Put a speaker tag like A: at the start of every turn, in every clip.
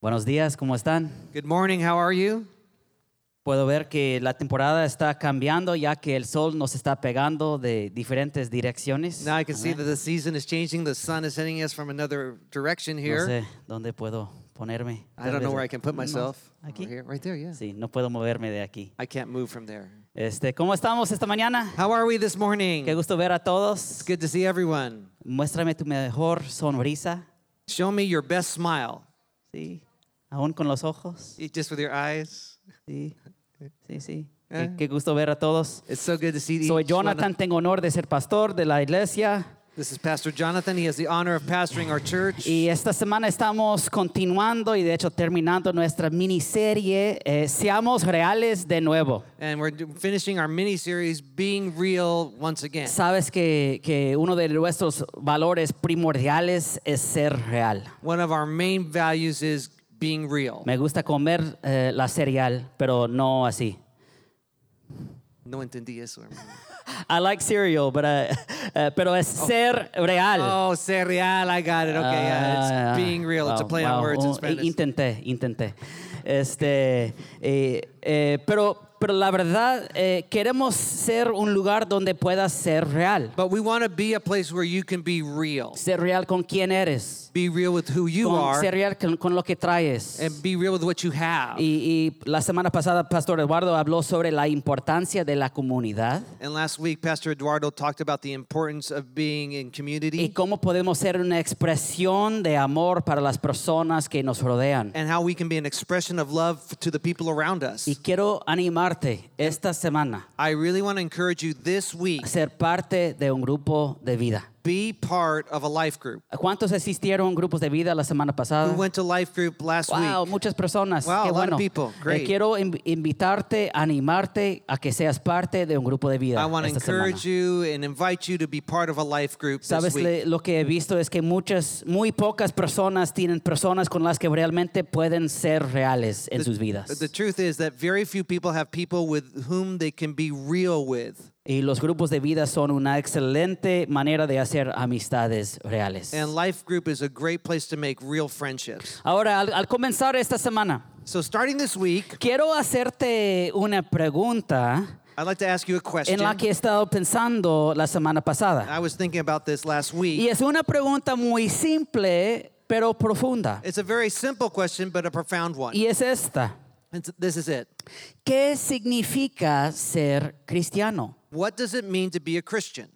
A: Buenos días, ¿cómo están?
B: Good morning, how are you?
A: Puedo ver que la temporada está cambiando ya que el sol nos está pegando de diferentes direcciones.
B: Now I can see that the season is changing. The sun is hitting us from another direction
A: No
B: here.
A: sé dónde puedo ponerme.
B: I don't know where I can put
A: No,
B: myself.
A: Mm-hmm. aquí.
B: Over here. Right there, yeah.
A: Sí, no puedo moverme de aquí.
B: I can't move from there.
A: Este, ¿Cómo estamos esta mañana?
B: How are we this morning?
A: Qué gusto ver a todos.
B: It's good to see everyone.
A: Muéstrame tu mejor sonrisa,
B: Show me your best smile.
A: ¿sí? Aún con los ojos.
B: You- Just with your eyes.
A: Sí, sí, sí.
B: Eh.
A: Qué, qué gusto ver a todos.
B: It's so good to see
A: Soy
B: each one of-
A: Jonathan, tengo honor de ser pastor de la iglesia.
B: This is Pastor Jonathan. He has the honor of pastoring our church.
A: Y esta semana estamos continuando y de hecho terminando nuestra miniserie eh, Seamos Reales de nuevo.
B: And we're do- finishing our mini series, Being Real, once again.
A: Sabes que, que uno de nuestros valores primordiales es ser real.
B: One of our main values is being real.
A: Me gusta comer eh, la cereal, pero no así.
B: No entendí eso. hermano.
A: I like cereal, but, uh, eh, pero es ser real.
B: Oh, ser real. I got it. Okay, yeah,
A: Ah,
B: it's being real. It's a
A: wow,
B: play
A: wow.
B: on words
A: Oh,
B: in Spanish.
A: Intenté, intenté. Este, eh, eh, pero, pero la verdad, eh, queremos ser un lugar donde puedas ser real.
B: But we want to be a place where you can be real.
A: Ser real con quién eres.
B: Be real with who you
A: Con,
B: are Eh,
A: ser real con, con lo que traes.
B: and be real with what you have.
A: Y, y la semana pasada, Pastor Eduardo habló sobre la importancia de la comunidad
B: And last week, Pastor Eduardo talked about the importance of being in
A: y
B: community
A: cómo podemos ser una expresión de amor para las personas que nos rodean.
B: and how we can be an expression of love to the people around us.
A: Y quiero animarte esta semana.
B: I really want to encourage you this week
A: ser parte de un grupo de vida.
B: be part of a life group.
A: ¿Cuántos asistieron grupos de vida la semana pasada?
B: Who went to life group last
A: Uh, Wow,
B: week?
A: muchas personas.
B: Wow,
A: Qué
B: a lot of
A: bueno.
B: people.
A: Eh,
B: Great.
A: quiero inv- invitarte, animarte a que seas parte de un grupo de vida
B: I want to
A: esta
B: encourage
A: semana.
B: you and invite you to be part of a life group this
A: Sabes
B: week.
A: le- lo que he visto es que muchas, muy pocas personas tienen personas con las que realmente pueden ser reales en sus vidas.
B: But the truth is that very few people have people with whom they can be real with.
A: y los grupos de vida son una excelente manera de hacer amistades reales.
B: And Life Group is a great place to make real friendships.
A: Ahora, al- al comenzar esta semana,
B: So, starting this week,
A: Quiero hacerte una pregunta
B: I'd like to ask you a question.
A: en la que he estado pensando la semana pasada.
B: I was thinking about this last
A: Y
B: week.
A: es una pregunta muy simple, pero profunda.
B: It's a very simple question, but a profound one.
A: Y es esta.
B: It's- This is it
A: ¿Qué significa ser cristiano?
B: What does it mean to be a Christian?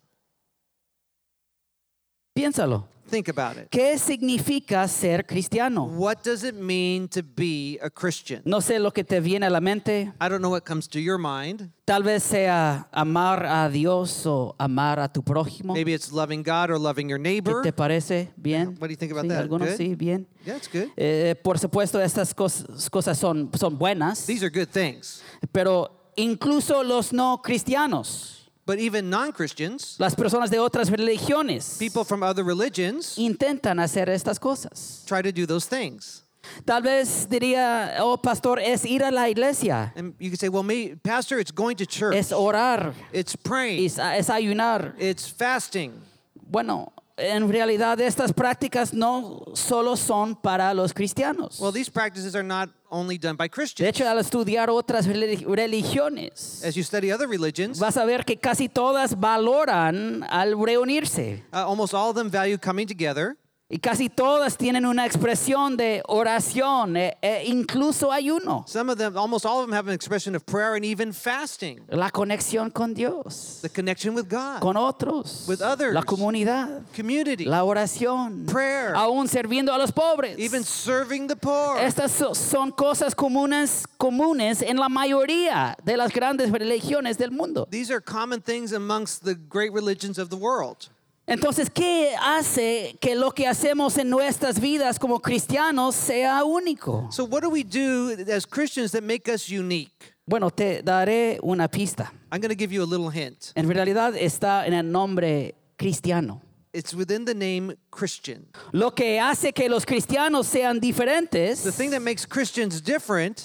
A: Piénsalo.
B: Think about it.
A: ¿Qué significa ser cristiano?
B: What does it mean to be a Christian?
A: No sé lo que te viene a la mente.
B: I don't know what comes to your mind.
A: Tal vez sea amar a Dios o amar a tu prójimo.
B: Maybe it's loving God or loving your
A: ¿Qué
B: neighbor.
A: te parece? ¿Bien?
B: What do you think about
A: Sí,
B: that?
A: Algunos
B: Good?
A: sí, bien.
B: Yeah, it's good.
A: Eh, por supuesto, estas cos- cosas son, son buenas,
B: These are good things.
A: pero incluso los no cristianos,
B: But even non Christians,
A: las personas de otras religiones,
B: people from other religions
A: intentan hacer estas cosas.
B: try to do those things.
A: Tal vez diría, oh pastor, es ir a la iglesia,
B: And you can say, well, me, Pastor, it's going to church,
A: es orar,
B: it's praying,
A: es, es ayunar.
B: it's fasting.
A: Bueno, en realidad estas prácticas no solo son para los cristianos.
B: Well, these practices are not only done by
A: De
B: Christians.
A: hecho, al estudiar otras relig- religiones,
B: As you study other religions, uh,
A: vas a ver que casi todas valoran al reunirse.
B: uh, almost all of them value coming together,
A: Y casi todas tienen una expresión de oración, e, e incluso ayuno.
B: some of them, almost all of them have an expression of prayer and even fasting,
A: La conexión con Dios,
B: the connection with God,
A: con otros,
B: With others.
A: la comunidad,
B: community,
A: la oración,
B: Prayer.
A: aún sirviendo a los pobres.
B: even serving the poor.
A: Estas so- son cosas comunes, comunes en la mayoría de las grandes religiones del mundo.
B: These are common things amongst the great religions of the world.
A: Entonces, ¿qué hace que lo que hacemos en nuestras vidas como cristianos sea único?
B: So, what do we do as Christians that make us unique?
A: Bueno, te daré una pista.
B: I'm going to give you a little hint.
A: En realidad está en el nombre cristiano.
B: It's within the name Christian.
A: Lo que hace que los cristianos sean
B: The
A: diferentes
B: thing that makes Christians different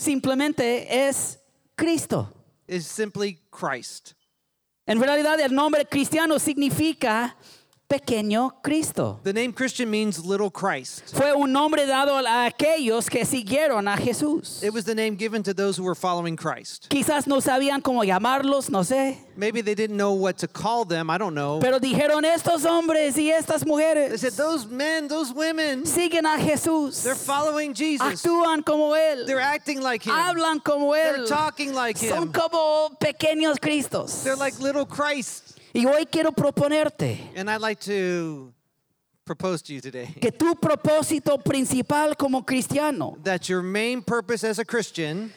A: simplemente es Cristo.
B: is simply Christ.
A: En realidad el nombre cristiano significa pequeño Cristo.
B: The name Christian means little Christ.
A: Fue un nombre dado a aquellos que siguieron a Jesús.
B: It was the name given to those who were following Christ.
A: Quizás no sabían cómo llamarlos, no sé.
B: Maybe they didn't know what to call them. I don't know.
A: Pero dijeron estos hombres y estas
B: They
A: mujeres
B: said, Those men, those women,
A: siguen a Jesús.
B: they're following Jesus.
A: Actúan como Él.
B: They're acting like him.
A: Hablan como Él.
B: They're talking like
A: Son
B: him.
A: como pequeños Cristos.
B: They're like little Christ.
A: Y hoy quiero proponerte
B: And I'd like to propose to you today
A: que tu propósito principal como cristiano
B: that your main purpose as a Christian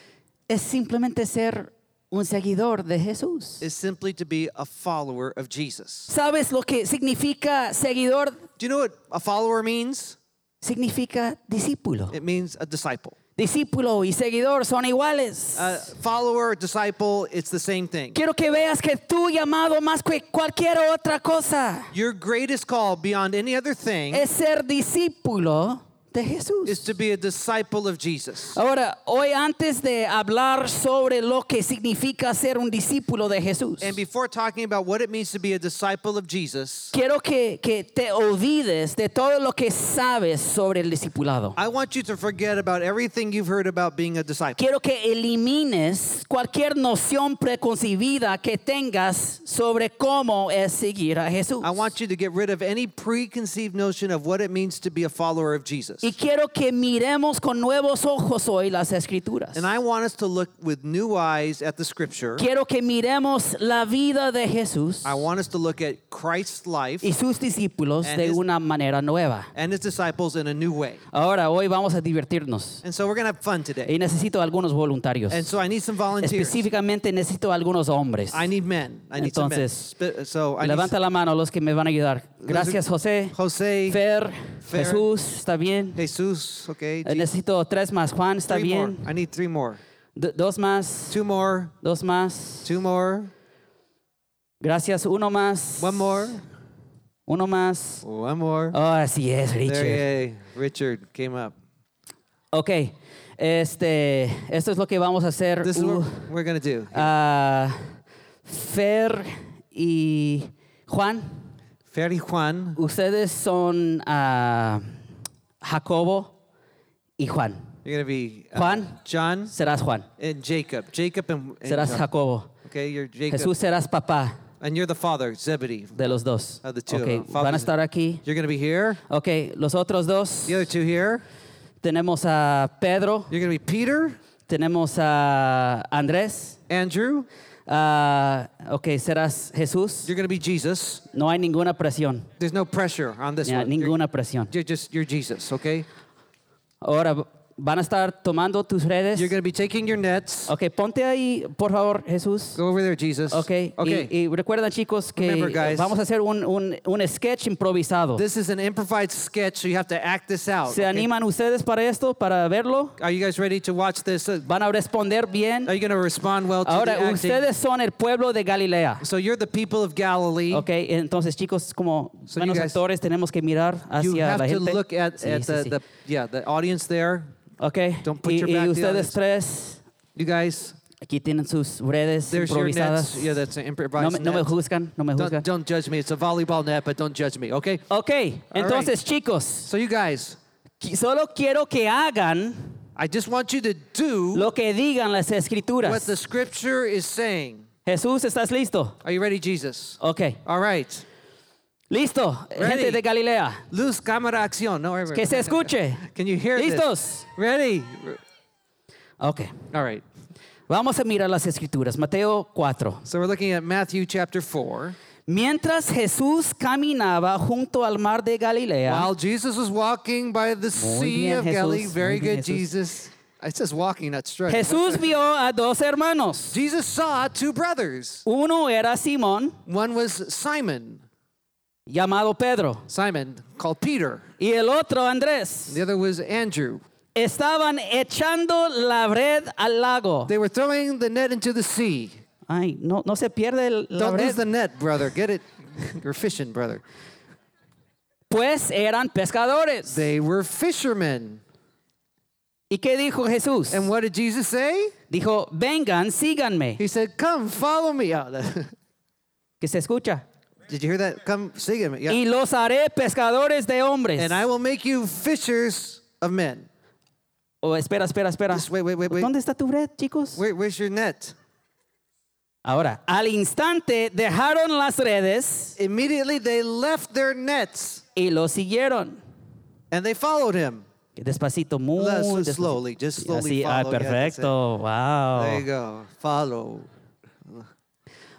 A: es simplemente ser un seguidor de Jesús.
B: is simply to be a follower of Jesus.
A: ¿Sabes lo que significa seguidor?
B: Do you know what a follower means?
A: Significa discípulo.
B: It means a disciple.
A: Discípulo y seguidor son iguales.
B: A follower, disciple, it's the same thing.
A: Quiero que veas que tu llamado más que cualquier otra cosa
B: Your greatest call beyond any other thing
A: es ser discípulo de
B: is
A: Jesús.
B: to be a disciple of Jesus.
A: Ahora, hoy antes de hablar sobre lo que significa ser un discípulo de Jesús,
B: And before talking about what it means to be a disciple of Jesus,
A: quiero que, que te olvides de todo lo que sabes sobre el discipulado.
B: I want you to forget about everything you've heard about being a disciple.
A: Quiero que elimines cualquier noción preconcebida que tengas sobre cómo es seguir a Jesús.
B: I want you to get rid of any preconceived notion of what it means to be a follower of Jesus.
A: Y quiero que miremos con nuevos ojos hoy las escrituras.
B: And I want us to look with new eyes at the scripture.
A: Quiero que miremos la vida de Jesús
B: I want us to look at Christ's life
A: y sus discípulos
B: And
A: de
B: his-
A: una manera nueva.
B: and his disciples in a new way.
A: Ahora, hoy vamos a divertirnos.
B: And so we're going to have fun today.
A: Y necesito algunos voluntarios.
B: And so I need some volunteers.
A: Específicamente necesito algunos hombres.
B: I need men. I need
A: Entonces,
B: some men. Sp- So I need
A: Levanta la mano los que me van a ayudar. Gracias, José.
B: José,
A: Fer,
B: Fer.
A: Jesús, ¿está bien?
B: Jesus, okay.
A: Eh, Necesito tres más. Juan, ¿está
B: three more.
A: bien?
B: I need three more.
A: D- dos más.
B: Two more.
A: Dos más.
B: Two more.
A: Gracias. Uno más.
B: One more.
A: Uno más.
B: One more.
A: Ah, así es, Richard.
B: There he Richard came up.
A: Ok. Este, esto es lo que vamos a hacer.
B: This is
A: Uh,
B: what we're going to do.
A: ah, Fer y Juan.
B: Ferry Juan.
A: Ustedes son ah, Jacobo y Juan.
B: You're going to be uh,
A: Juan.
B: John
A: Serás Juan.
B: and Jacob. Jacob and, and
A: Serás
B: John.
A: Jacobo.
B: Okay, you're Jacob.
A: Jesús serás papá
B: And you're the father, Zebedee.
A: de los dos.
B: Of the two,
A: Ok,
B: uh,
A: van a
B: fathers-
A: estar aquí.
B: You're going to be here.
A: Ok, los otros dos.
B: The other two here.
A: Tenemos a Pedro,
B: You're going to be Peter,
A: tenemos a Andrés.
B: Andrew.
A: ah, ok, serás Jesús.
B: You're going to be Jesus.
A: No hay ninguna presión.
B: There's no pressure on this
A: ya,
B: one. You're-
A: ninguna presión.
B: You're just you're Jesus, okay?
A: Ahora van a estar tomando tus redes.
B: You're going to be taking your nets.
A: Ok, ponte ahí, por favor, Jesús.
B: Go over there, Jesus.
A: Ok, y-
B: Okay.
A: Y, recuerda, chicos, que
B: Remember, guys.
A: vamos a hacer un, un- un sketch improvisado.
B: This is an improvised sketch, so you have to act this out.
A: ¿Se
B: okay?
A: animan ustedes para esto, para verlo?
B: Are you guys ready to watch this? Uh,
A: Van a responder bien.
B: Are you going to respond well to
A: Ahora,
B: the acting?
A: ustedes son el pueblo de Galilea.
B: So you're the people of Galilee.
A: Ok, entonces chicos, como
B: So you
A: buenos
B: guys-
A: actores tenemos que mirar
B: You
A: hacia
B: have
A: la
B: to
A: gente.
B: look at,
A: Sí,
B: at
A: sí,
B: the,
A: sí.
B: the yeah the audience there.
A: Ok,
B: Don't put
A: y,
B: your
A: y
B: back to the
A: ustedes
B: audience.
A: tres,
B: You guys,
A: aquí tienen sus redes
B: there's your
A: improvisadas.
B: nets. Yeah, that's an
A: no,
B: improvised
A: me- no me
B: net.
A: juzgan, no me juzgan.
B: Don't, don't judge me. It's a volleyball net, but don't judge me, okay?
A: ok, entonces chicos,
B: So you guys,
A: qui- solo quiero que hagan
B: I just want you to do
A: lo que digan las
B: what
A: escrituras.
B: the scripture is saying.
A: Jesús, ¿estás listo?
B: Are you ready, Jesus?
A: Ok,
B: All right.
A: listo, gente
B: Ready.
A: de Galilea,
B: Luz, cámara, acción. No, wait, wait,
A: que se
B: wait.
A: escuche.
B: Can you hear this?
A: ¿Listos?
B: Ready?
A: Ok,
B: All right.
A: vamos a mirar las escrituras, Mateo 4.
B: So we're looking at Matthew chapter 4.
A: Mientras Jesús caminaba junto al mar de Galilea,
B: While Jesus was walking by the Sea
A: bien,
B: of Galilee,
A: Jesús.
B: very
A: Muy bien,
B: good,
A: Jesús.
B: Jesus. It says walking, not strutting.
A: Jesús vio a dos hermanos.
B: Jesus saw two brothers.
A: Uno era Simón,
B: One was Simon,
A: llamado Pedro,
B: Simon called Peter.
A: y el otro Andrés.
B: The other was Andrew.
A: Estaban echando la red al lago.
B: They were throwing the net into the sea.
A: Ay, no, no se pierde el- la
B: Don't lose
A: red.
B: the net, brother. Get it? You're fishing, brother.
A: Pues eran pescadores.
B: They were fishermen.
A: ¿Y qué dijo
B: Em,
A: Jesús?
B: And what did Jesus say?
A: Dijo, vengan, síganme.
B: He said, Come, follow me. Oh, that-
A: Que se escucha.
B: Did you hear that? Come sing it. Yeah.
A: Y los haré pescadores de hombres.
B: And I will make you fishers of men.
A: Oh, espera, espera, espera.
B: Just wait, wait, wait, wait.
A: ¿Dónde está tu red, chicos?
B: Where, where's your net?
A: Ahora, al instante dejaron las redes
B: Immediately they left their nets
A: y lo siguieron.
B: and they followed him.
A: Despacito, muy
B: Let's-
A: despacito.
B: slowly, just slowly
A: Así, ah,
B: follow, yeah, that's it.
A: perfecto,
B: There you
A: wow.
B: go. Follow.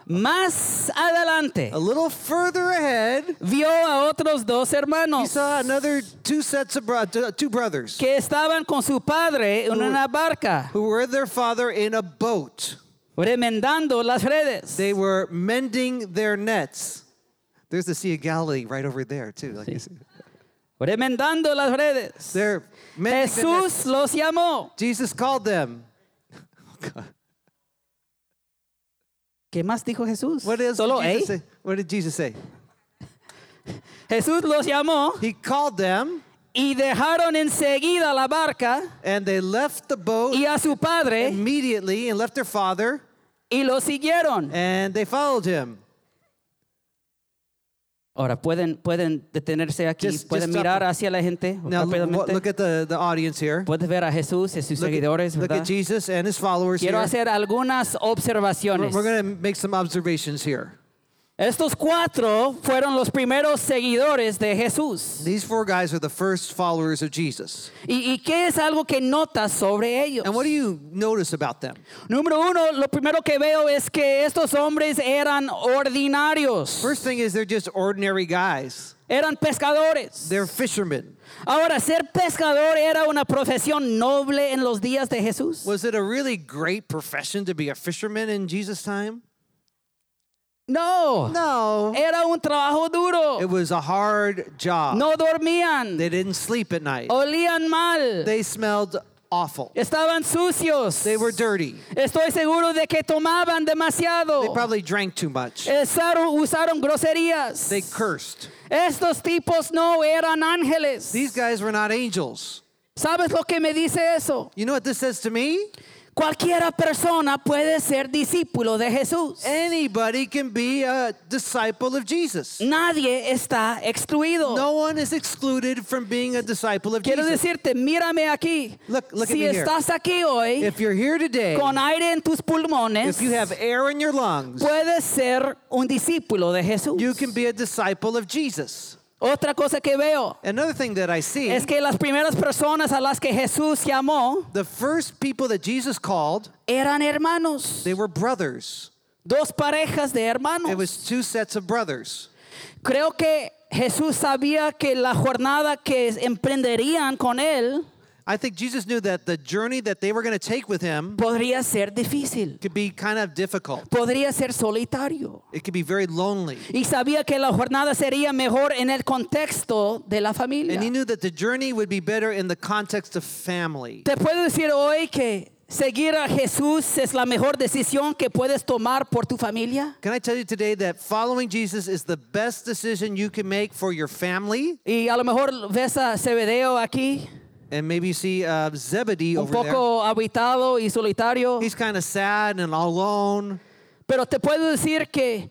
A: Más adelante
B: A little further ahead,
A: vio a otros dos
B: he
A: hermanos
B: saw another two sets of bro- two- two brothers
A: que estaban con su padre en una barca,
B: who were their father in a boat.
A: remendando las redes.
B: They were mending their nets. There's the Sea of Galilee right over there too. Like you see.
A: Remendando las redes.
B: They're mending their
A: Jesús
B: nets.
A: los llamó.
B: Jesus called them.
A: ¿Qué más dijo Jesús?
B: What else
A: Solo,
B: did Jesus
A: "Hey".
B: say? What did Jesus say?
A: Jesús los llamó
B: He called them
A: y dejaron enseguida la barca
B: and they left the boat
A: y a su
B: Em,
A: padre
B: immediately and left their father
A: y lo siguieron.
B: and they followed him.
A: Ahora pueden pueden detenerse aquí,
B: Just-
A: pueden
B: just stop.
A: mirar hacia la gente
B: Now look,
A: rápidamente.
B: look at the, the audience here.
A: Puedes ver a Jesús y sus
B: Look at,
A: seguidores,
B: look at
A: ¿verdad?
B: Jesus and his followers
A: Quiero
B: here.
A: hacer algunas
B: We're,
A: observaciones.
B: going to make some observations here.
A: Estos cuatro fueron los primeros seguidores de Jesús.
B: These four guys are the first followers of Jesus.
A: ¿Y, y qué es algo que notas sobre ellos?
B: And what do you notice about them?
A: Número uno, lo primero que veo es que estos hombres eran ordinarios,
B: First thing is they're just ordinary guys.
A: eran pescadores.
B: They're fishermen.
A: Ahora, ser pescador era una profesión noble en los días de Jesús.
B: Was it a really great profession to be a fisherman in Jesus' time?
A: No,
B: No.
A: era un trabajo
B: It
A: duro.
B: was a hard job.
A: No Oh. dormían,
B: They didn't sleep at night.
A: olían mal,
B: They smelled awful.
A: estaban sucios.
B: They were dirty.
A: Estoy seguro de que tomaban
B: They
A: demasiado.
B: probably drank too much.
A: Usaron, usaron groserías.
B: They cursed.
A: Estos tipos no eran ángeles.
B: These guys were not angels.
A: ¿Sabes lo que me dice eso?
B: You know what this says to me?
A: Cualquiera persona puede ser discípulo de Jesús.
B: Anybody can be a disciple of Jesus.
A: Nadie está excluido.
B: No one is excluded from being a disciple of
A: Quiero
B: Jesus.
A: decirte, mírame aquí.
B: Look- look at
A: si
B: me here.
A: estás aquí hoy
B: If you're here today,
A: con aire en tus pulmones,
B: if you have air in your lungs,
A: puedes ser un discípulo de Jesús.
B: you can be a disciple of Jesus.
A: Otra cosa que veo
B: Another thing that I see,
A: es que las primeras personas a las que Jesús llamó
B: the first people that Jesus called,
A: eran hermanos,
B: they were brothers.
A: dos parejas de hermanos.
B: It was two sets of brothers.
A: Creo que Jesús sabía que la jornada que emprenderían con él
B: I think Jesus knew that the journey that they were going to take with him
A: podría ser difícil,
B: could be kind of difficult.
A: podría ser solitario.
B: It could be very lonely.
A: Y sabía que la jornada sería mejor en el contexto de la
B: And he
A: familia.
B: knew that the journey would be better in the context of family.
A: Te puedo decir hoy que seguir a Jesús es la mejor decisión que puedes tomar por tu familia.
B: Can I tell you today that following Jesus is the best decision you can make for your family?
A: Y a lo mejor ves a Cebedeo aquí,
B: And maybe you see uh, Zebedee
A: un
B: over there.
A: poco habitado y solitario.
B: He's kind of sad and all alone.
A: Pero te puedo decir que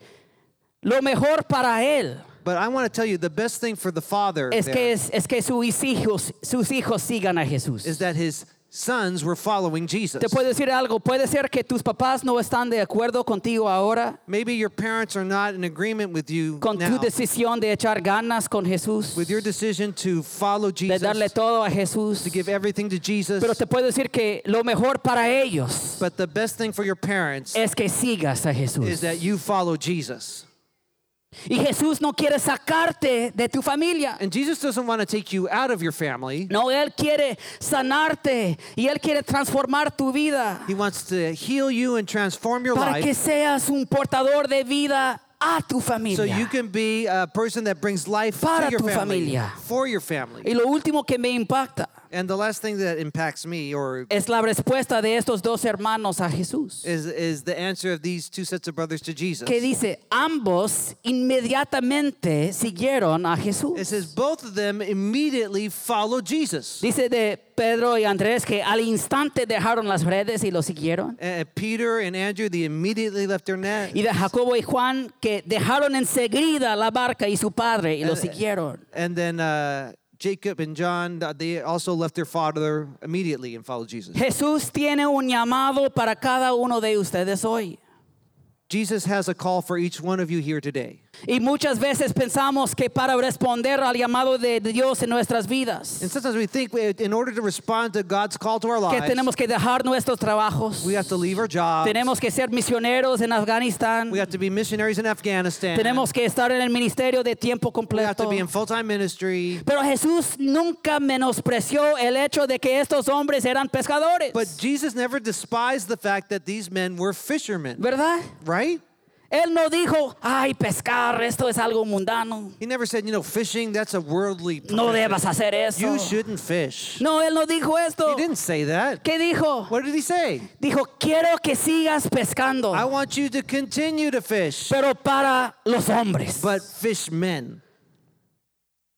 A: lo mejor para él
B: But I want to tell you the best thing for the father
A: es
B: there
A: que, es, es que sus, hijos, sus hijos sigan a Jesús.
B: is that his sons were following Jesus.
A: Te puedo decir algo, puede ser que tus papás no están de acuerdo contigo ahora,
B: Maybe your parents are not in agreement with you
A: con
B: now,
A: tu decisión de echar ganas con Jesús,
B: with your decision to follow
A: de
B: Jesus,
A: darle todo a Jesús.
B: to give everything to Jesus.
A: Pero te puedo decir que lo mejor para ellos
B: but the best thing for your parents
A: es que sigas a Jesús.
B: is that you follow Jesus.
A: Y Jesús no quiere sacarte de tu familia.
B: And Jesus doesn't want to take you out of your family.
A: No, Él quiere sanarte y Él quiere transformar tu vida
B: He wants to heal you and transform your
A: para que
B: life
A: seas un portador de vida a tu
B: so you
A: familia.
B: can be a person that brings life
A: Para
B: to your
A: tu
B: family,
A: familia.
B: for your family.
A: Y lo último que me impacta
B: And the last thing that impacts me or
A: es la respuesta de estos dos hermanos a Jesús.
B: is is the answer of these two sets of brothers to Jesus.
A: que dice, ambos inmediatamente siguieron a Jesús.
B: It says both of them immediately follow Jesus.
A: Dice de Pedro y Andrés que al instante dejaron las redes y lo siguieron.
B: And Uh, Peter and Andrew, they immediately left their net.
A: Y de Jacobo y Juan que dejaron enseguida la barca y su padre y lo siguieron.
B: And then uh, Jacob and John, th- they also left their father immediately and followed Jesus.
A: Jesús tiene un llamado para cada uno de ustedes hoy.
B: Jesus has a call for each one of you here today.
A: Y muchas veces pensamos que para responder al llamado de Dios en nuestras vidas,
B: And sometimes we think we, in order to respond to God's call to our
A: que
B: lives,
A: tenemos que dejar nuestros trabajos,
B: we have to leave our jobs.
A: tenemos que ser misioneros en Afganistán,
B: We have to be missionaries in Afghanistan.
A: tenemos que estar en el ministerio de tiempo
B: we have to
A: completo.
B: be in full-time ministry.
A: Pero Jesús nunca menospreció el hecho de que estos hombres eran pescadores,
B: But Jesus never despised the fact that these men were fishermen,
A: ¿verdad?
B: right?
A: Él no dijo, ay, pescar, esto es algo mundano,
B: He never said, you know, fishing, that's a worldly
A: no
B: profession.
A: debas hacer eso.
B: You shouldn't fish.
A: No, Él no dijo esto.
B: He didn't say that.
A: ¿Qué dijo?
B: What did he say?
A: Dijo, quiero que sigas pescando.
B: I want you to continue to fish,
A: pero para los hombres.
B: but fish men.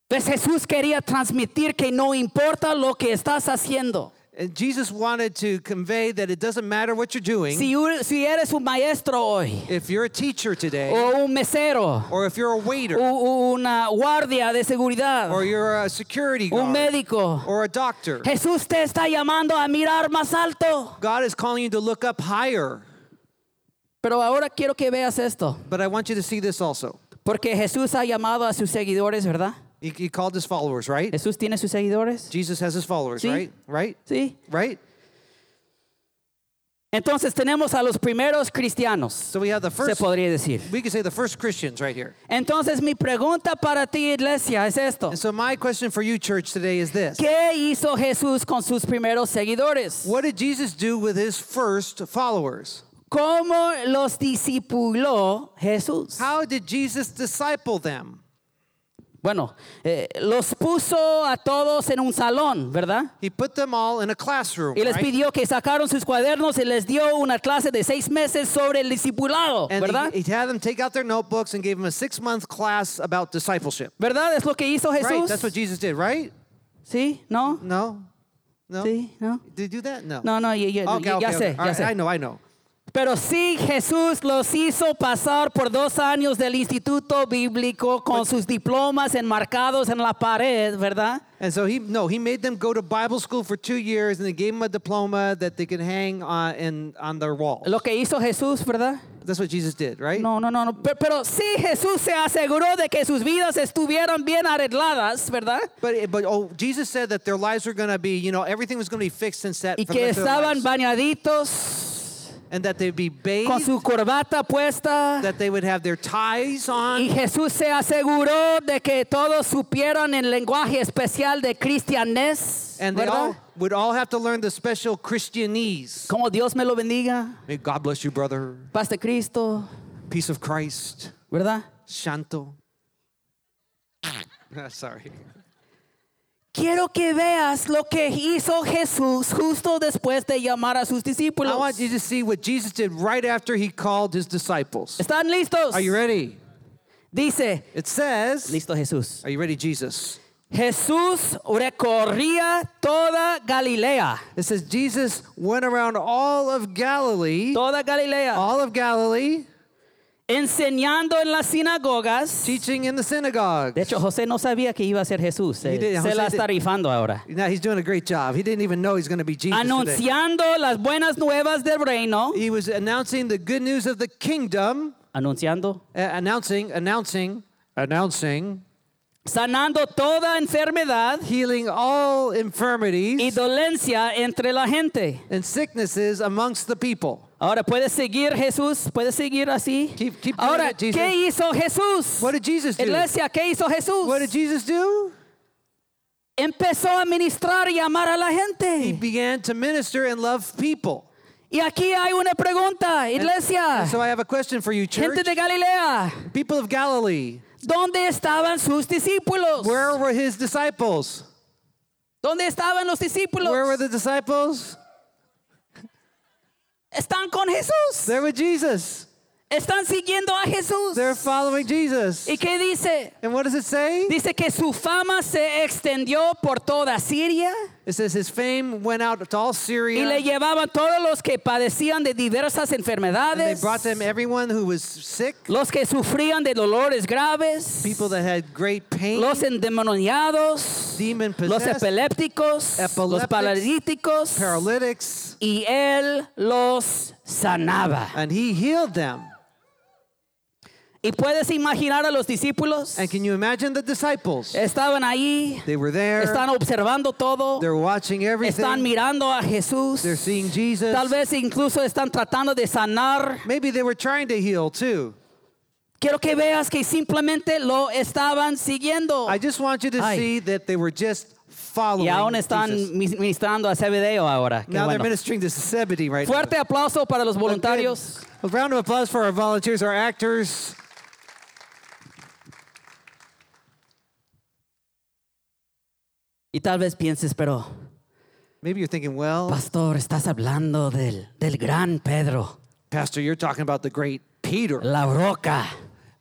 A: Pues Jesús quería transmitir que no importa lo que estás haciendo.
B: And Jesus wanted to convey that it doesn't matter what you're doing.
A: Si, u- si eres un maestro hoy,
B: if you're a teacher today,
A: o un mesero,
B: or if you're a
A: u-
B: waiter,
A: u- una guardia de seguridad,
B: or you're a security
A: un
B: guard,
A: médico,
B: or a doctor,
A: Jesús te está llamando a mirar más alto.
B: God is calling you to look up higher.
A: Pero ahora quiero que veas esto,
B: But I want you to see this also.
A: porque Jesús ha llamado a sus seguidores, ¿verdad?
B: He, he called his followers, right?
A: Jesús tiene sus seguidores,
B: Jesus has his followers,
A: Sí.
B: right? Right?
A: ¿sí?
B: Right?
A: Entonces tenemos a los primeros cristianos,
B: So we have the
A: se
B: first,
A: podría decir.
B: we could say the first Christians right here.
A: Entonces mi pregunta para ti, iglesia, es esto.
B: And so my question for you, church, today is this.
A: ¿Qué hizo Jesús con sus primeros seguidores?
B: What did Jesus do with his first followers?
A: ¿Cómo los discipuló Jesús?
B: How did Jesus disciple them?
A: Bueno, eh, los puso a todos en un salón, ¿verdad?
B: He put them all in a classroom,
A: Y les
B: right?
A: pidió que sacaron sus cuadernos y les dio una clase de seis meses sobre el discipulado,
B: and
A: ¿verdad?
B: he, he had them take out their notebooks and gave them a six-month class about discipleship.
A: ¿Verdad? Es lo que hizo
B: Right?
A: Jesús.
B: That's what Jesus did, right?
A: ¿Sí? ¿No?
B: No? No?
A: ¿Sí? ¿No?
B: Did he do that? No.
A: No, no, ya, ya-
B: Okay,
A: ya- ya
B: okay,
A: sé,
B: okay. All
A: ya
B: right,
A: sé.
B: I know, I know.
A: Pero sí, Jesús los hizo pasar por dos años del instituto bíblico con sus diplomas enmarcados en la pared, ¿verdad?
B: And so he no, he made them go to Bible school for two years, and they gave them a diploma that they could hang on in, on their wall.
A: Lo que hizo Jesús, ¿verdad?
B: That's what Jesus did, right?
A: No, no, no, no. Pero, pero sí Jesús se aseguró de que sus vidas estuvieran bien arregladas, ¿verdad?
B: But but oh, Jesus said that their lives were going to be, you know, everything was going to be fixed and set,
A: Y
B: for the
A: que
B: rest of their
A: estaban
B: lives.
A: bañaditos
B: and that they'd be bathed,
A: con su corbata puesta.
B: that they would have their ties
A: Y
B: on,
A: Jesús se aseguró de que todos supieran el lenguaje especial de cristianés,
B: and they
A: ¿verdad?
B: all would all have to learn the special Christianese.
A: Como Dios me lo bendiga,
B: May God bless you, brother.
A: paz de Cristo,
B: Peace of Christ,
A: ¿verdad?
B: Shanto. Sorry.
A: Quiero que veas lo que hizo Jesús justo después de llamar a sus discípulos.
B: I want you to see what Jesus did right after he called his disciples.
A: ¿Están listos?
B: Are you ready?
A: Dice,
B: It says,
A: listo Jesús.
B: Are you ready, Jesus?
A: Jesús recorría toda Galilea,
B: It says, Jesus went around all of Galilee,
A: toda Galilea,
B: all of Galilee,
A: enseñando en las sinagogas.
B: teaching in the synagogue.
A: De hecho, José no sabía que iba a ser Jesús. eh,
B: He did-
A: Se
B: José
A: la
B: did-
A: está rifando ahora.
B: Now he's doing a great job. He didn't even know he's going to be Jesus. Today.
A: Anunciando las buenas nuevas del reino.
B: He was announcing the good news of the kingdom,
A: Anunciando.
B: uh, announcing, announcing, announcing,
A: Sanando toda enfermedad
B: healing all
A: y
B: infirmities
A: dolencia entre la gente.
B: and sicknesses amongst the people.
A: Ahora puedes seguir Jesús, puedes seguir así.
B: Keep- keep doing
A: Ahora,
B: it, Jesus.
A: ¿qué hizo Jesús?
B: What did Jesus do?
A: Iglesia, ¿qué hizo Jesús?
B: What did Jesus do?
A: Empezó a ministrar y amar a la
B: He
A: gente.
B: began to minister and love people.
A: Y aquí hay una pregunta, iglesia,
B: And so I have a question for you, Eh, church.
A: gente de Galilea,
B: People of Galilee,
A: ¿dónde estaban sus discípulos?
B: where were his disciples?
A: ¿Dónde estaban los discípulos?
B: Where were the disciples?
A: Están con Jesús.
B: They're with Jesus.
A: Están siguiendo a Jesús.
B: They're following Jesus.
A: ¿Y qué dice?
B: And what does it say?
A: Dice que su fama se extendió por toda Siria.
B: It says his fame went out to all Syria.
A: Y le llevaban todos los que padecían de diversas
B: and they
A: enfermedades,
B: brought them everyone who was sick,
A: los que sufrían de dolores graves,
B: people that had great pain,
A: los endemoniados,
B: demon
A: los
B: possessed,
A: epilépticos, los
B: epileptics,
A: paralíticos,
B: paralytics,
A: y él los sanaba.
B: and he healed them.
A: ¿Y puedes imaginar a los discípulos?
B: And can you imagine the disciples?
A: Estaban ahí,
B: They were there.
A: Eh, están observando todo,
B: They're watching
A: están
B: everything.
A: mirando a Jesús.
B: They're seeing Jesus.
A: Tal vez incluso están tratando de sanar.
B: Maybe they were trying to heal too.
A: Quiero que veas que simplemente lo estaban siguiendo.
B: I just want you to
A: Ay.
B: see that they were just following
A: Y aún están
B: Jesus.
A: mis- ministrando a Cebedeo ahora. Qué
B: Now they're
A: bueno.
B: ministering to Zebedee right
A: Fuerte
B: now.
A: aplauso para los
B: Look good.
A: voluntarios.
B: A round of applause for our volunteers, our actors.
A: Y tal vez pienses, pero
B: Maybe you're thinking, well,
A: pastor, estás hablando del, del gran Pedro,
B: Pastor, you're talking about the great Peter,
A: la roca.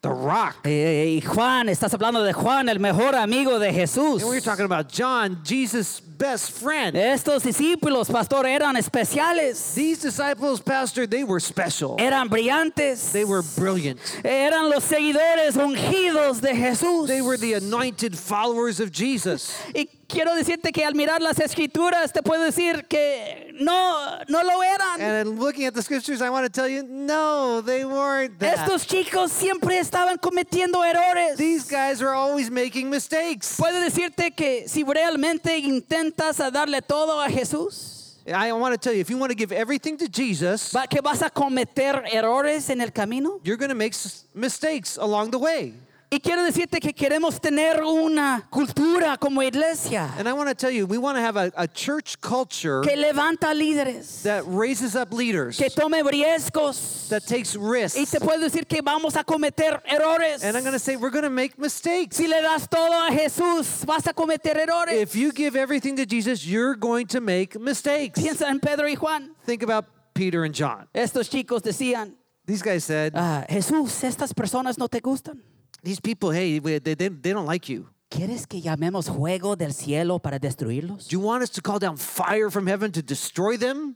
B: the rock.
A: Eh, y Juan, estás hablando de Juan, el mejor amigo de Jesús.
B: And we're talking about John, Jesus' best friend.
A: Estos discípulos, pastor, eran especiales,
B: These disciples, Pastor, they were special.
A: eran brillantes,
B: They were brilliant.
A: eran los seguidores ungidos de Jesús.
B: They were the anointed followers of Jesus.
A: Y quiero decirte que al mirar las escrituras te puedo decir que no, no lo eran.
B: And in looking at the scriptures, I want to tell you, no, they weren't that.
A: Estos chicos siempre estaban cometiendo errores.
B: These guys are always making mistakes.
A: Puedo decirte que si realmente intentas a darle todo a Jesús,
B: I want to tell you, if you want to give everything to Jesus,
A: va- que vas a cometer errores en el camino.
B: you're going to make s- mistakes along the way.
A: Y quiero decirte que queremos tener una cultura como iglesia
B: And I want to tell you, we want to have a, a church culture
A: que levanta líderes,
B: that raises up leaders,
A: que tome riesgos.
B: that takes
A: Y
B: risks.
A: te puedo decir que vamos a cometer errores.
B: And I'm going to say, we're going to make mistakes.
A: Si le das todo a Jesús, vas a cometer errores.
B: If you give everything to Jesus, you're going to make mistakes.
A: Piensa en Pedro y Juan.
B: Think about Peter and John.
A: Estos chicos decían,
B: These guys said,
A: "Ah, Jesús, estas personas no te gustan.
B: These people, hey, we- they, they, they don't like you.
A: ¿Quieres que llamemos juego del cielo para destruirlos?
B: Do you want us to call down fire from heaven to destroy them?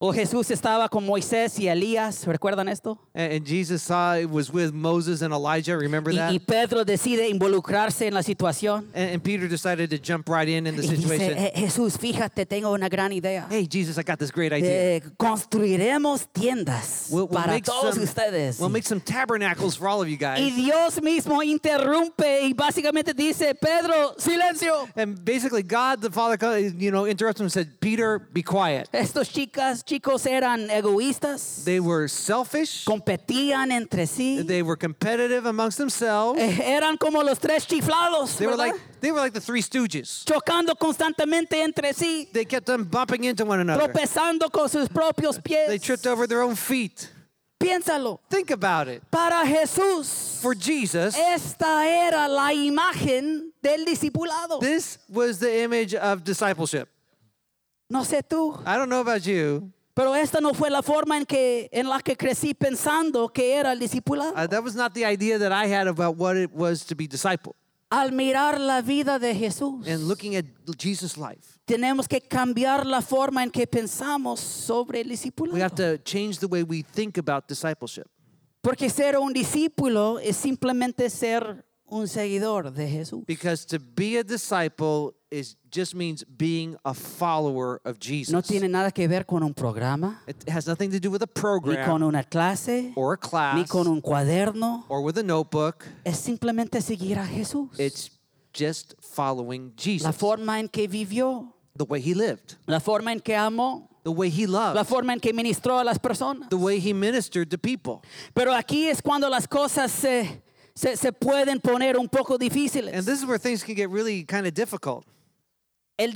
A: O Jesús estaba con Moisés y Elías, ¿recuerdan esto?
B: And, and Jesus saw it was with Moses and Elijah. Remember
A: Y,
B: that?
A: y Pedro decide involucrarse en la situación.
B: and, and Peter decided to jump right in in the
A: Y dice,
B: situation.
A: "Eh, Jesús, fíjate, tengo una gran idea.
B: hey, Jesus, I got this great idea.
A: Eh, construiremos tiendas
B: We'll, we'll
A: para
B: make
A: todos
B: some,
A: ustedes.
B: we'll make some tabernacles for all of you
A: Y
B: guys.
A: Dios mismo interrumpe y básicamente dice, Pedro, silencio.
B: And basically, God the Father, co- you know, interrupted him and said, Peter, be quiet.
A: Estos chicas, chicos eran egoístas,
B: They were selfish.
A: competían entre sí,
B: They were competitive amongst themselves.
A: eh, eran como los tres chiflados,
B: They were
A: ¿verdad?
B: like they were like the three Stooges.
A: chocando constantemente entre sí,
B: They kept on bumping into one another.
A: tropezando con sus propios
B: They
A: pies.
B: tripped over their own feet.
A: Piénsalo,
B: Think about it.
A: para Jesús,
B: For Jesus,
A: esta era la imagen del discipulado.
B: this was the image of discipleship.
A: No sé tú,
B: I don't know about you.
A: pero esta no fue la forma en, que, en la que crecí pensando que era el discipulado.
B: Uh, that was not the idea that I had about what it was to be disciple.
A: Al mirar la vida de Jesús,
B: And looking at Jesus' life,
A: tenemos que cambiar la forma en que pensamos sobre el
B: we have
A: discipulado.
B: to change the way we think about discipleship.
A: Porque ser un discípulo es simplemente ser un seguidor de Jesús.
B: Because to be a disciple is just means being a follower of Jesus.
A: No tiene nada que ver con un programa,
B: it has nothing to do with a
A: ni con
B: program
A: una clase,
B: or a class
A: ni con un cuaderno.
B: or with a notebook.
A: Es simplemente seguir a Jesús.
B: It's just
A: La
B: following Jesus.
A: forma en que vivió,
B: The way he lived,
A: la forma en que amó,
B: the way he loved,
A: la forma en que ministró a las personas.
B: the way he ministered to people.
A: Pero aquí es cuando las cosas se, se, se pueden poner un poco
B: And
A: difíciles.
B: this is where things can get really kind of difficult.
A: El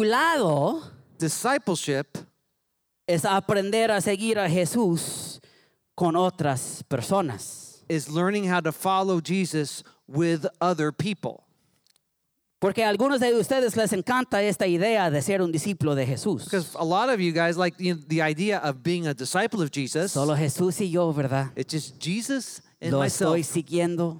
A: discipulado
B: Discipleship
A: es aprender a seguir a Jesús con otras personas.
B: is learning how to follow Jesus with other people.
A: Porque a algunos de ustedes les encanta esta idea de ser un discípulo de Jesús.
B: Because a lot of you guys like you know, the idea of being a disciple of Jesus.
A: Solo Jesús y yo, ¿verdad?
B: It's just Jesus and
A: Lo
B: myself.
A: estoy siguiendo.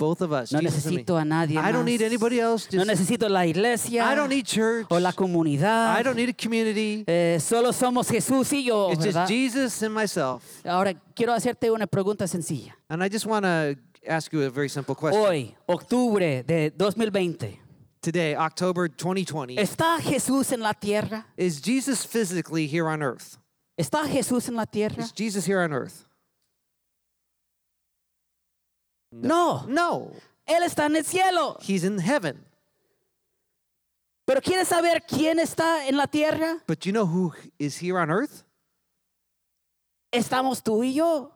B: Both of us.
A: No
B: Jesus and me.
A: necesito a nadie
B: I don't
A: más.
B: need anybody else.
A: No
B: Just,
A: necesito la iglesia
B: I don't need church.
A: o la comunidad.
B: I don't need a community.
A: Eh, solo somos Jesús y yo,
B: It's
A: Oh, ¿verdad?
B: just Jesus and myself.
A: Ahora quiero hacerte una pregunta sencilla.
B: And I just want to ask you a very simple question.
A: Hoy, octubre de 2020,
B: Today, October 2020,
A: ¿está Jesús en la tierra?
B: is Jesus physically here on earth?
A: ¿Está Jesús en la tierra?
B: Is Jesus here on earth?
A: No,
B: No,
A: Él está en el cielo.
B: he's in heaven.
A: Pero ¿quieres saber quién está en la tierra?
B: But you know who is here on earth?
A: Estamos tú y yo.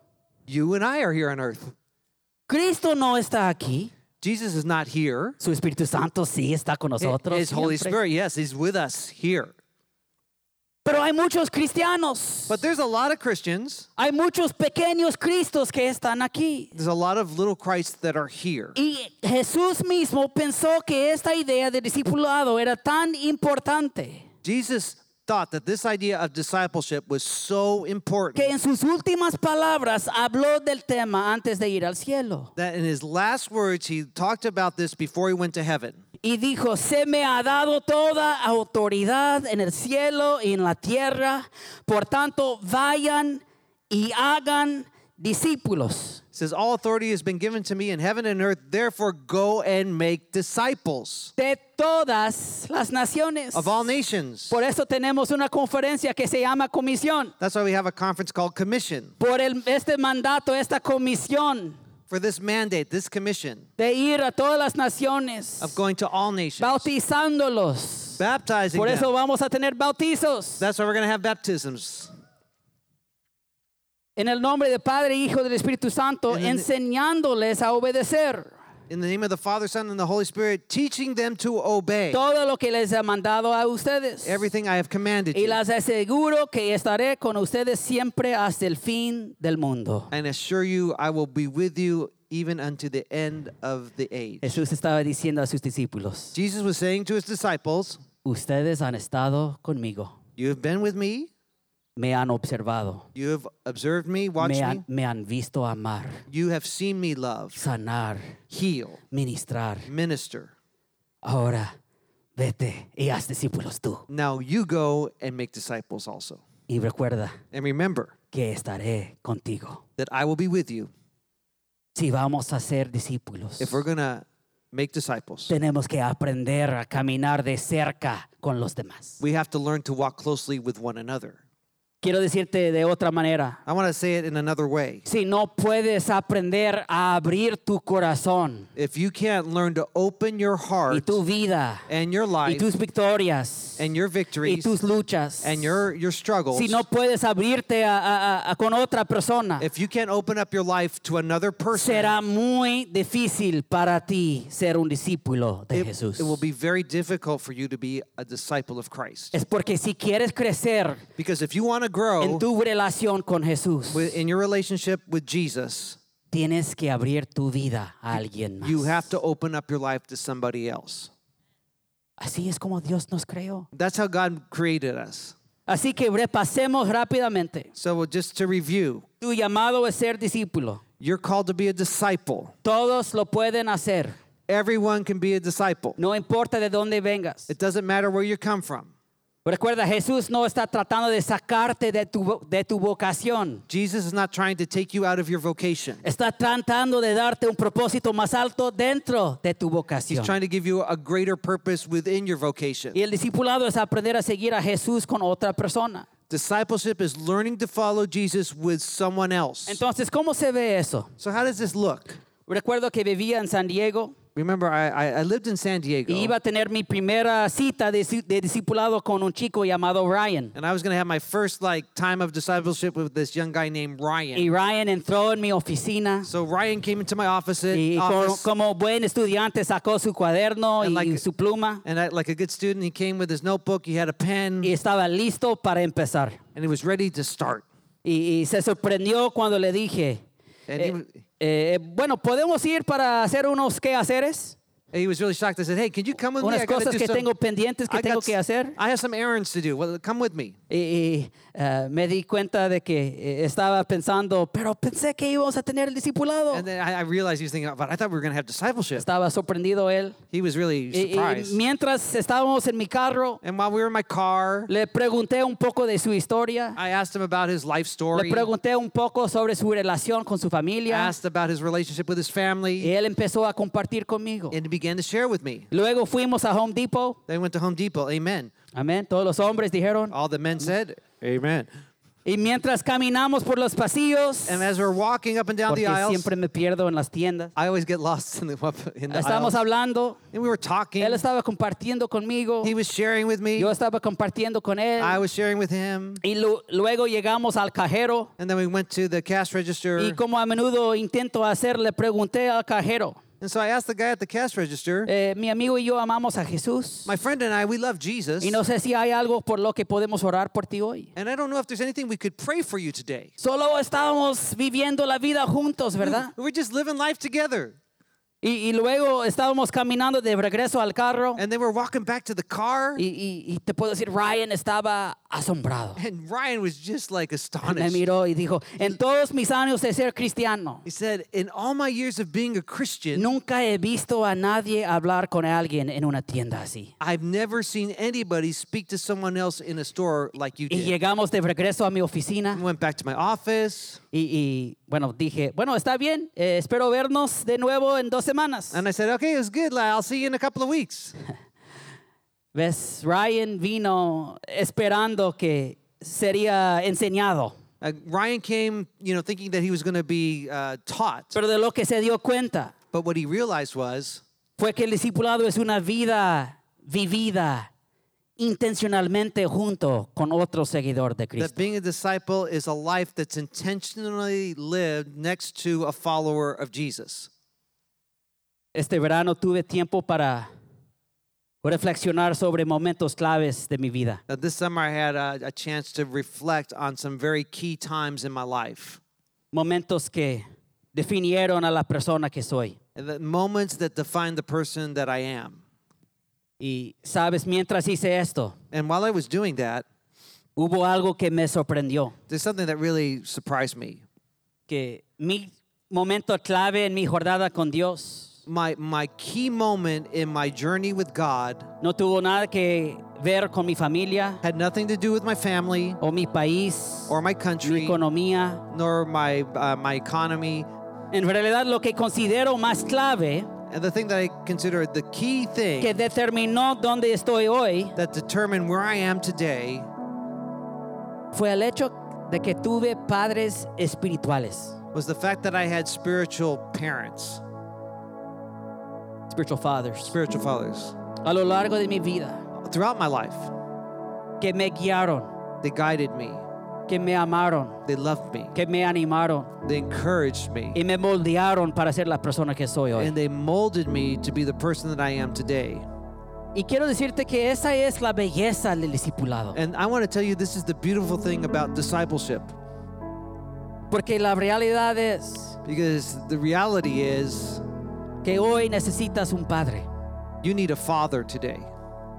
B: You and I are here on earth.
A: Cristo no está aquí.
B: Jesus is not here.
A: Su Espíritu Santo sí está con nosotros.
B: His Holy
A: siempre.
B: Spirit, yes, he's with us here.
A: Pero hay muchos cristianos.
B: But there's a lot of Christians,
A: Hay muchos pequeños Cristos que están aquí.
B: there's a lot of little Christs that are here.
A: Y Jesús mismo pensó que esta idea de discipulado era tan importante
B: Jesus thought that this idea of discipleship was so
A: que
B: important
A: en sus últimas palabras habló del tema antes de ir al cielo.
B: that in his last words, he talked about this before he went to heaven.
A: Y dijo, se me ha dado toda autoridad en el cielo y en la tierra, por tanto vayan y hagan discípulos.
B: It says, All authority has been given to me in heaven and earth, therefore go and make disciples
A: De todas las naciones.
B: of all nations.
A: Por eso tenemos una conferencia que se llama comisión.
B: That's why we have a conference called Commission
A: Por el- este mandato, esta comisión
B: for this mandate, this commission
A: de ir a todas las naciones,
B: of going to all nations,
A: bautizándolos.
B: baptizing
A: Por eso
B: them.
A: vamos a tener bautizos.
B: That's why we're going to have baptisms.
A: En el nombre del Padre, Hijo del Espíritu Santo,
B: En el-
A: enseñándoles a obedecer
B: In the name of the Father, Son, and the Holy Spirit, teaching them to obey
A: todo lo que les he mandado a ustedes.
B: everything I have commanded
A: Y
B: you.
A: las aseguro que estaré con ustedes siempre hasta el fin del mundo.
B: and assure you I will be with you even unto the end of the age.
A: Jesús estaba diciendo a sus discípulos,
B: Jesus was saying to his disciples,
A: ustedes han estado conmigo,
B: You have been with me,
A: me han observado,
B: you have observed me, watched
A: me
B: me,
A: han, me han visto amar,
B: you have seen me love,
A: sanar,
B: heal,
A: ministrar.
B: minister.
A: Ahora, vete y haz discípulos tú.
B: Now you go and make disciples also.
A: Y recuerda
B: And remember
A: que estaré contigo.
B: that I will be with you
A: Si vamos a ser discípulos,
B: if we're going to make disciples.
A: tenemos que aprender a caminar de cerca con los demás.
B: We have to learn to walk closely with one another.
A: Quiero decirte de otra manera,
B: I want to say it in another way.
A: si no puedes aprender a abrir tu corazón
B: If you can't learn to open your
A: y
B: heart
A: tu vida
B: and your
A: y
B: life
A: tus victorias
B: and your
A: y
B: victories
A: tus luchas,
B: and your your struggles
A: si no puedes abrirte a- a- a- a con otra persona,
B: if you can't open up your life to another person
A: será muy difícil para ti ser un discípulo de
B: it,
A: Jesús.
B: it will be very difficult for you to be a disciple of Christ
A: Es porque si quieres crecer
B: because if you want to grow
A: en tu relación con Jesús,
B: Oh. with, in your relationship with Jesus
A: tienes que abrir tu vida a alguien más.
B: you have to open up your life to somebody else
A: Así es como Dios nos creó.
B: that's how God created us
A: Así que repasemos rápidamente.
B: so just to review
A: Tu llamado es ser discípulo.
B: you're called to be a disciple
A: Todos lo pueden hacer.
B: everyone can be a disciple
A: No importa de dónde vengas.
B: it doesn't matter where you come from
A: Recuerda, Jesús no está tratando de sacarte de tu, vo- de tu vocación.
B: Jesus is not trying to take you out of your vocation
A: Está tratando de darte un propósito más alto dentro de tu vocación.
B: He's trying to give you a greater purpose within your vocation.
A: Y el discipulado es aprender a seguir a Jesús con otra persona.
B: Discipleship is learning to follow Jesus with someone else.
A: Entonces, ¿cómo se ve eso?
B: so, how does this look?
A: Recuerdo que vivía en San Diego
B: Remember, I, I, I lived in San Diego,
A: y iba a tener mi primera cita de, ci- de discipulado con un chico llamado Ryan.
B: and I was going to have my first like time of discipleship with this young guy named Ryan.
A: Y Ryan entró en mi oficina
B: so Ryan came into my office,
A: y co-
B: office,
A: como buen estudiante sacó su cuaderno
B: And
A: y
B: like-
A: su pluma
B: and I, like a good student, he came with his notebook. He had a pen,
A: y estaba listo para empezar.
B: and he was ready to start.
A: Y, y se sorprendió cuando le dije,
B: And
A: eh,
B: he was-
A: eh, bueno, ¿podemos ir para hacer unos quehaceres?
B: And he was really shocked. I said, "Hey, can you come with me?
A: unas
B: I gotta
A: cosas
B: do
A: que
B: some-
A: tengo pendientes que
B: I got
A: tengo que
B: s-
A: hacer.
B: I have some errands to do. Well, come with me."
A: Y, y, eh, me di cuenta de que eh, estaba pensando, pero pensé que íbamos a tener el discipulado.
B: And then I, I realized he was thinking, "But I thought we were going to have discipleship."
A: Estaba sorprendido él.
B: He was really
A: Y- y
B: surprised.
A: mientras estábamos en mi carro,
B: and while we were in my car,
A: le pregunté un poco de su historia.
B: I asked him about his life
A: Le
B: story.
A: pregunté un poco sobre su relación con su familia.
B: asked about his relationship with his
A: Y
B: family,
A: él empezó a compartir conmigo.
B: and he began to share with me.
A: Luego fuimos a Home Depot.
B: They went to Home Depot. Amen.
A: Amén. Todos los hombres dijeron.
B: All the men said, "Amen."
A: Y mientras caminamos por los pasillos,
B: And as we're walking up and down the
A: porque
B: aisles,
A: siempre me pierdo en las tiendas,
B: I always get lost in the in the
A: estábamos
B: aisles.
A: hablando.
B: And we were talking.
A: Él estaba compartiendo conmigo.
B: He was sharing with me.
A: Yo estaba compartiendo con él.
B: I was sharing with him.
A: Y lu- luego llegamos al cajero.
B: And then we went to the cash register.
A: Y como a menudo intento hacer, le pregunté al cajero.
B: And so I asked the guy at the cash register,
A: eh, mi amigo y yo amamos a Jesús.
B: my friend and I, we love Jesus.
A: Y no sé si hay algo por lo que podemos orar por ti hoy.
B: and I don't know if there's anything we could pray for you today.
A: Solo estábamos viviendo la vida juntos, ¿verdad?
B: We We're just living life together.
A: Y, y luego estábamos caminando de regreso al carro.
B: And then we're walking back to the car.
A: Y, y- y te puedo decir, Ryan estaba asombrado.
B: And Ryan was just like
A: Me
B: astonished.
A: miró y dijo, en todos mis años de ser cristiano,
B: He said, In all my years of being a Christian,
A: nunca he visto a nadie hablar con alguien en una tienda así.
B: I've never seen anybody speak to someone else in a store like you
A: Y
B: did.
A: llegamos de regreso a mi oficina.
B: I went back to my office.
A: Y, y, bueno, dije, bueno, está bien, eh, espero vernos de nuevo en dos semanas.
B: And I said, Okay, it was good. Like, I'll see you in a couple of weeks.
A: ¿Ves? Ryan vino esperando que sería enseñado,
B: Uh, Ryan came, you know, thinking that he was going to be uh, taught,
A: pero de lo que se dio cuenta
B: but what he realized was
A: fue que el discipulado es una vida vivida intencionalmente junto con otro seguidor de
B: that
A: Cristo.
B: being a disciple is a life that's intentionally lived next to a follower of Jesus.
A: Este verano tuve tiempo para reflexionar sobre momentos claves de mi vida.
B: Now, this summer, I had a, a chance to reflect on some very key times in my life,
A: Momentos que definieron a la persona que soy.
B: and the moments that define the person that I am.
A: Y sabes, mientras hice esto,
B: And while I was doing that,
A: hubo algo que me sorprendió,
B: there's something that really surprised me.
A: que mi momento clave en mi jornada con Dios
B: My, my key moment in my journey with God
A: no tuvo nada que ver con mi familia
B: had nothing to do with my family
A: o mi país
B: or my
A: mi
B: country.
A: economía.
B: nor my uh, my economy.
A: En realidad lo que considero más clave
B: And the thing that I consider the key thing
A: que determinó dónde estoy hoy
B: that determined where I am today
A: fue el hecho de que tuve padres espirituales,
B: was the fact that I had spiritual parents,
A: spiritual fathers,
B: spiritual fathers,
A: a lo largo de mi vida,
B: throughout my life.
A: que me guiaron,
B: They guided me.
A: que me amaron,
B: They loved me.
A: que me animaron
B: They encouraged me.
A: y me moldearon para ser la persona que soy hoy.
B: And they molded me to be the person that I am today.
A: Y quiero decirte que esa es la belleza del discipulado.
B: And I want to tell you this is the beautiful thing about discipleship
A: Porque la realidad es
B: because the reality is
A: que hoy necesitas un padre,
B: you need a father today.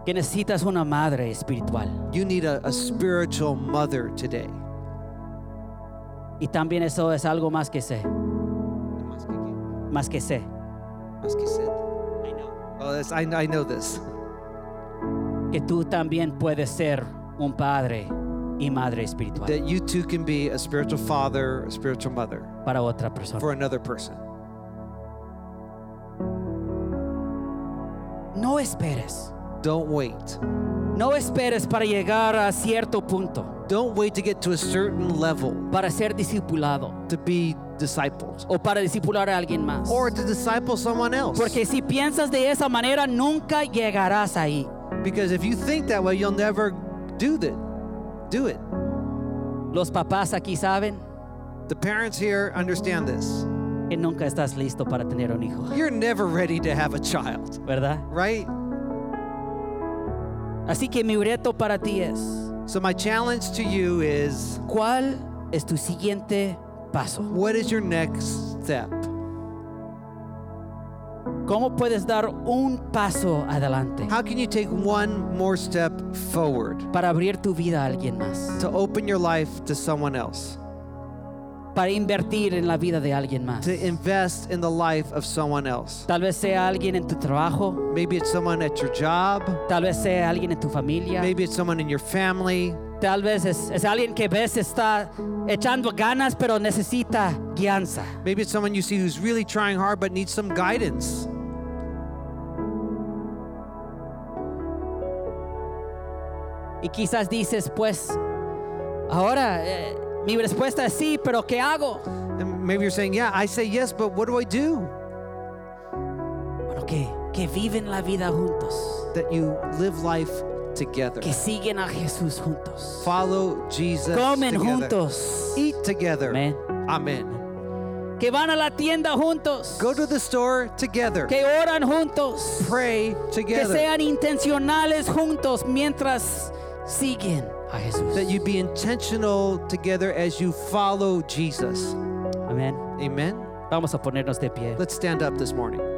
A: que necesitas una madre espiritual.
B: You need a, a spiritual mother today.
A: Y también eso es algo más que sé, más que sé.
B: Muskie said. I know. Oh, that's, I, I know this.
A: Que tú también puedes ser un padre y madre espiritual
B: That you too can be a spiritual father, a spiritual mother
A: para otra persona.
B: for another person.
A: No esperes.
B: Don't wait.
A: No esperes para llegar a cierto punto,
B: Don't wait to get to a certain level
A: para ser discipulado
B: to be disciples
A: o para discipular a alguien más.
B: or to disciple someone else.
A: Porque si piensas de esa manera, nunca llegarás ahí.
B: Because if you think that way, you'll never do that. Do it.
A: Los papás aquí saben
B: The parents here understand this.
A: que nunca estás listo para tener un hijo,
B: You're never ready to have a child,
A: ¿verdad?
B: right?
A: Así que mi reto para ti es,
B: So, my challenge to you is
A: ¿cuál es tu siguiente paso?
B: what is your next step?
A: ¿Cómo puedes dar un paso adelante
B: How can you take one more step forward
A: para abrir tu vida a alguien más?
B: to open your life to someone else,
A: Para invertir en la vida de alguien más.
B: to invest in the life of someone else?
A: Tal vez sea alguien en tu trabajo,
B: Maybe it's someone at your job,
A: tal vez sea alguien en tu familia,
B: maybe it's someone in your family,
A: tal vez es, es alguien que ves está echando ganas pero necesita guianza.
B: maybe it's someone you see who's really trying hard but needs some guidance.
A: Y quizás dices, pues, ahora eh, mi respuesta es sí, pero ¿qué hago?
B: And maybe you're saying, Yeah, I say yes, but what do I do?
A: Bueno, que, que viven la vida juntos,
B: That you live life together,
A: que siguen a Jesús juntos,
B: follow Jesus,
A: comen
B: together.
A: juntos,
B: eat together.
A: Amen.
B: Amen.
A: que van a la tienda juntos,
B: Go to the store together,
A: que oran juntos,
B: pray
A: que
B: together.
A: sean intencionales juntos mientras siguen a Jesús.
B: that you be intentional together as you follow Jesus.
A: Amén.
B: Amen.
A: Vamos a ponernos de pie.
B: Let's stand up this morning.